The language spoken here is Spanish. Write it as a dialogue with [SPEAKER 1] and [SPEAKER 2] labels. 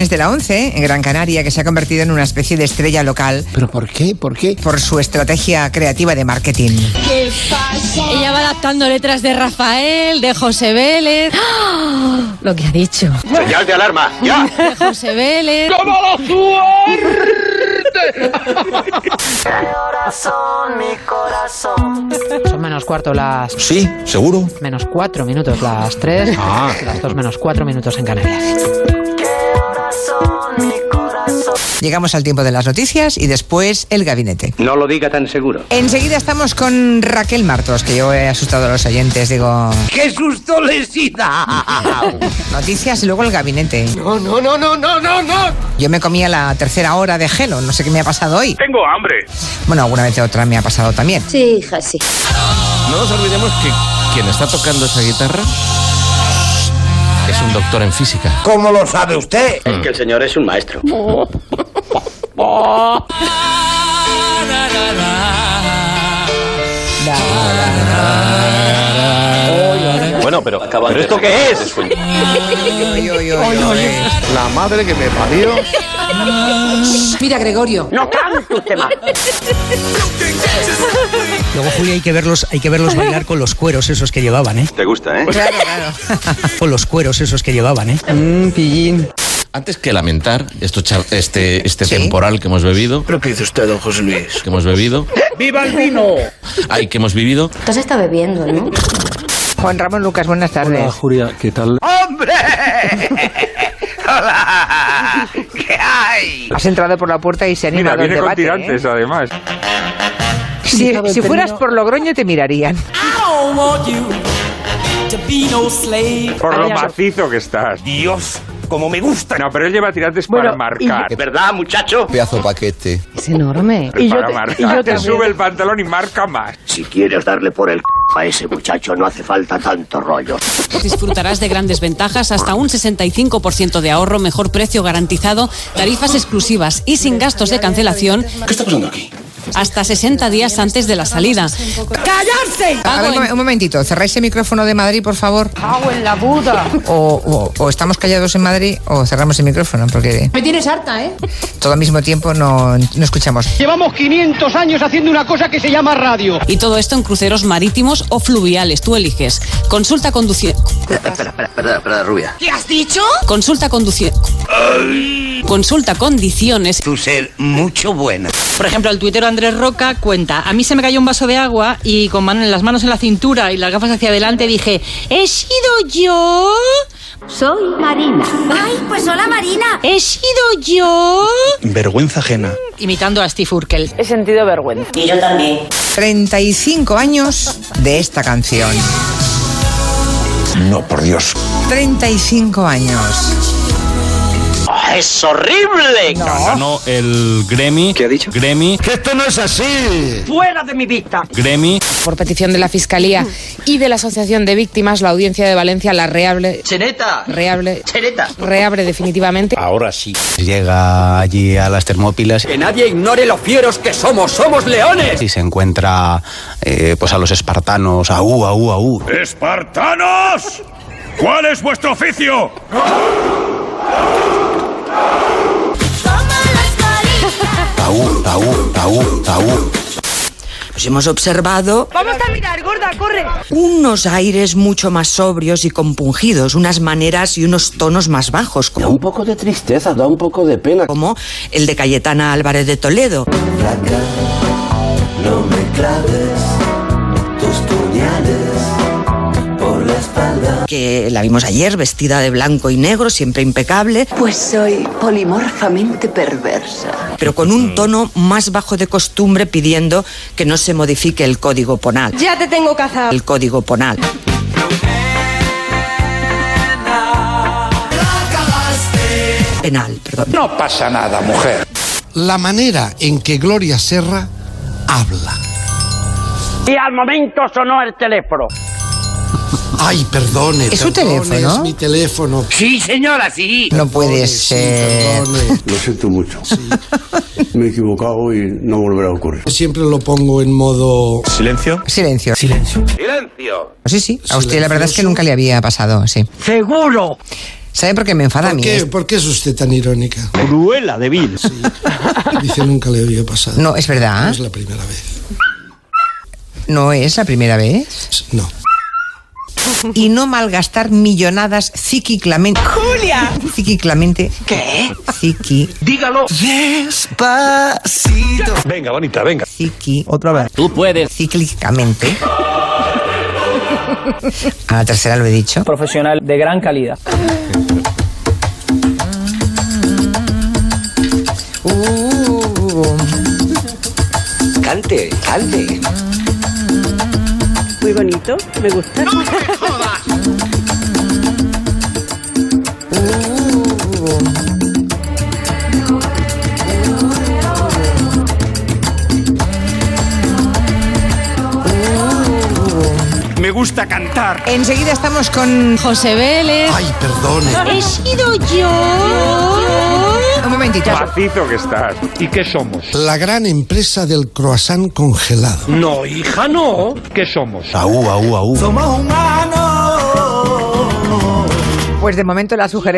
[SPEAKER 1] Es de la 11 en Gran Canaria que se ha convertido en una especie de estrella local
[SPEAKER 2] ¿Pero por qué? ¿Por qué?
[SPEAKER 1] por su estrategia creativa de marketing.
[SPEAKER 3] Ella va adaptando letras de Rafael, de José Vélez. ¡Ah! Lo que ha dicho.
[SPEAKER 4] Señal de alarma, ya.
[SPEAKER 3] De José Vélez.
[SPEAKER 5] corazón, mi corazón.
[SPEAKER 6] Son menos cuarto las...
[SPEAKER 2] Sí, seguro.
[SPEAKER 6] Menos cuatro minutos las tres.
[SPEAKER 2] Ah.
[SPEAKER 6] Las dos menos cuatro minutos en Canarias.
[SPEAKER 1] Llegamos al tiempo de las noticias y después el gabinete.
[SPEAKER 4] No lo diga tan seguro.
[SPEAKER 1] Enseguida estamos con Raquel Martos, que yo he asustado a los oyentes, digo...
[SPEAKER 4] ¡Qué susto les
[SPEAKER 1] Noticias y luego el gabinete. No, no, no, no, no, no, no. Yo me comía la tercera hora de gelo, no sé qué me ha pasado hoy.
[SPEAKER 4] Tengo hambre.
[SPEAKER 1] Bueno, alguna vez otra me ha pasado también.
[SPEAKER 7] Sí, hija, sí.
[SPEAKER 8] No nos olvidemos que quien está tocando esa guitarra es un doctor en física.
[SPEAKER 2] ¿Cómo lo sabe usted?
[SPEAKER 4] Es que el señor es un maestro.
[SPEAKER 8] Bueno, pero, ¿pero esto qué es?
[SPEAKER 1] Oy, oy, oy, oy.
[SPEAKER 2] La madre que me parió.
[SPEAKER 3] Mira, Gregorio.
[SPEAKER 5] No tanto usted más.
[SPEAKER 9] Luego, Julia, hay que verlos, hay que verlos bailar con los cueros esos que llevaban, ¿eh?
[SPEAKER 4] ¿Te gusta, eh?
[SPEAKER 1] Claro, claro.
[SPEAKER 9] Con los cueros esos que llevaban, ¿eh?
[SPEAKER 8] Antes que lamentar esto, cha- este, este
[SPEAKER 1] Sí.
[SPEAKER 8] temporal que hemos bebido,
[SPEAKER 2] ¿Pero qué dice usted, don José Luis?
[SPEAKER 8] que hemos bebido,
[SPEAKER 2] ¡Viva el vino!
[SPEAKER 8] ay, que hemos vivido,
[SPEAKER 7] Tú has estado bebiendo, ¿no?
[SPEAKER 1] Juan Ramón Lucas, buenas tardes.
[SPEAKER 10] Julia, Ah, ¿qué tal?
[SPEAKER 4] ¡Hombre! ¡Hola! ¿Qué hay?
[SPEAKER 1] Has entrado por la puerta y se ha
[SPEAKER 10] Mira,
[SPEAKER 1] animado
[SPEAKER 10] viene
[SPEAKER 1] el
[SPEAKER 10] con
[SPEAKER 1] debate. ¿eh?
[SPEAKER 10] tirantes, además.
[SPEAKER 1] Si, si fueras por Logroño te mirarían.
[SPEAKER 10] Por lo macizo que estás.
[SPEAKER 4] Dios, como me gusta.
[SPEAKER 10] No, pero él lleva tirantes para marcar.
[SPEAKER 4] ¿De verdad, muchacho?
[SPEAKER 2] Pedazo paquete.
[SPEAKER 6] Es enorme.
[SPEAKER 10] Para marcar. Ah, Te sube el pantalón y marca más.
[SPEAKER 5] Si quieres darle por el c- a ese muchacho, no hace falta tanto rollo.
[SPEAKER 3] Disfrutarás de grandes ventajas, hasta un 65% de ahorro, mejor precio garantizado, tarifas exclusivas y sin gastos de cancelación
[SPEAKER 4] ¿Qué está pasando aquí?
[SPEAKER 3] hasta 60 días antes de la salida. ¡Callarse!
[SPEAKER 1] A ver, un mom- un momentito, cerráis el micrófono de Madrid, por favor.
[SPEAKER 6] en la Buda!
[SPEAKER 1] O, o- o estamos callados en Madrid o cerramos el micrófono, porque
[SPEAKER 3] Me tienes harta, ¿eh?
[SPEAKER 1] todo al mismo tiempo no, no escuchamos.
[SPEAKER 11] Llevamos 500 años haciendo una cosa que se llama radio.
[SPEAKER 3] Y todo esto en cruceros marítimos o fluviales, tú eliges. Consulta conducción.
[SPEAKER 5] Espera, espera, espera, espera, rubia.
[SPEAKER 3] Consulta conducción. Consulta condiciones.
[SPEAKER 4] Tú ser mucho buena.
[SPEAKER 6] Por ejemplo, el tuitero Andrés Roca cuenta, a mí se me cayó un vaso de agua y con man- las manos en la cintura y las gafas hacia adelante dije, ¿he sido yo?
[SPEAKER 7] Soy Marina. Ay, pues hola, Marina.
[SPEAKER 6] ¿He sido yo?
[SPEAKER 10] Vergüenza ajena.
[SPEAKER 6] Imitando a Steve Urkel.
[SPEAKER 1] 35 años de esta canción.
[SPEAKER 2] No, por Dios.
[SPEAKER 1] 35 años.
[SPEAKER 4] Ah,
[SPEAKER 5] ¡Es horrible!
[SPEAKER 8] ganó el Grammy.
[SPEAKER 4] ¿Qué ha dicho?
[SPEAKER 8] Grammy,
[SPEAKER 2] ¡Que esto no es así!
[SPEAKER 5] ¡Fuera de mi vista!
[SPEAKER 8] Grammy.
[SPEAKER 3] Por petición de la Fiscalía y de la Asociación de Víctimas, la Audiencia de Valencia la reable,
[SPEAKER 5] ¡Cheneta!
[SPEAKER 3] reable,
[SPEAKER 5] ¡Cheneta!
[SPEAKER 3] reabre definitivamente.
[SPEAKER 2] Ahora sí. Llega allí a las Termópilas
[SPEAKER 4] Que nadie ignore lo fieros que somos. ¡Somos leones!
[SPEAKER 2] y se encuentra eh, pues a los espartanos, aú, aú, aú.
[SPEAKER 4] ¡Espartanos! ¿Cuál es vuestro oficio?
[SPEAKER 2] Aú, aú, aú, aú.
[SPEAKER 11] Pues hemos observado. ¡Vamos a mirar, gorda, corre! Unos aires mucho más sobrios y compungidos, unas maneras y unos tonos más bajos, como,
[SPEAKER 10] Un poco de tristeza, da un poco de pena.
[SPEAKER 11] como el de Cayetana Álvarez de Toledo. Que la vimos ayer vestida de blanco y negro, siempre impecable,
[SPEAKER 7] Pues soy polimorfamente perversa.
[SPEAKER 11] pero con un tono más bajo de costumbre pidiendo que no se modifique el código penal. Ya te tengo cazado. El código penal. Penal, perdón.
[SPEAKER 10] No pasa nada, mujer.
[SPEAKER 2] La manera en que Gloria Serra habla.
[SPEAKER 5] Y al momento sonó el teléfono.
[SPEAKER 2] Ay, perdone.
[SPEAKER 1] ¿Es su
[SPEAKER 2] perdone,
[SPEAKER 1] teléfono?
[SPEAKER 2] Es mi teléfono.
[SPEAKER 5] Sí, señora, sí.
[SPEAKER 1] No puede
[SPEAKER 2] Sí,
[SPEAKER 1] ser.
[SPEAKER 2] perdone.
[SPEAKER 10] Lo siento mucho. Me he equivocado y no volverá a ocurrir.
[SPEAKER 2] Siempre lo pongo en modo...
[SPEAKER 10] Silencio.
[SPEAKER 1] Silencio. Oh,
[SPEAKER 4] ¡Silencio!
[SPEAKER 1] Sí, sí. A usted la verdad es que nunca le había pasado, sí.
[SPEAKER 5] Seguro.
[SPEAKER 1] ¿Sabe por qué me enfada a
[SPEAKER 12] ¿Por
[SPEAKER 1] mí?
[SPEAKER 12] qué,
[SPEAKER 1] Es-
[SPEAKER 12] por qué es usted tan irónica?
[SPEAKER 1] Cruela de Vil.
[SPEAKER 12] Dice nunca le había pasado.
[SPEAKER 1] No, es verdad.
[SPEAKER 12] No es la primera vez.
[SPEAKER 1] ¿No es la primera vez?
[SPEAKER 12] No.
[SPEAKER 1] Y no malgastar millonadas psíquicamente. ¡Julia! Psíquicamente. ¿Qué? Psiqui. Dígalo. Despacito.
[SPEAKER 4] Venga, bonita, venga.
[SPEAKER 1] Psiqui. Otra vez.
[SPEAKER 4] Tú puedes.
[SPEAKER 1] Cíclicamente. A la tercera lo he dicho.
[SPEAKER 13] Profesional de gran calidad.
[SPEAKER 14] Cante, cante. Muy bonito, me gusta.
[SPEAKER 4] Me gusta cantar.
[SPEAKER 1] Enseguida estamos con José Vélez.
[SPEAKER 4] Ay, perdone.
[SPEAKER 6] He sido yo.
[SPEAKER 1] Un momentito.
[SPEAKER 4] Macizo que estás. ¿Y qué somos?
[SPEAKER 12] La gran empresa del croissant congelado.
[SPEAKER 4] No, hija, no. ¿Qué somos?
[SPEAKER 2] Aú, aú, aú.
[SPEAKER 1] Pues de momento la sugerencia.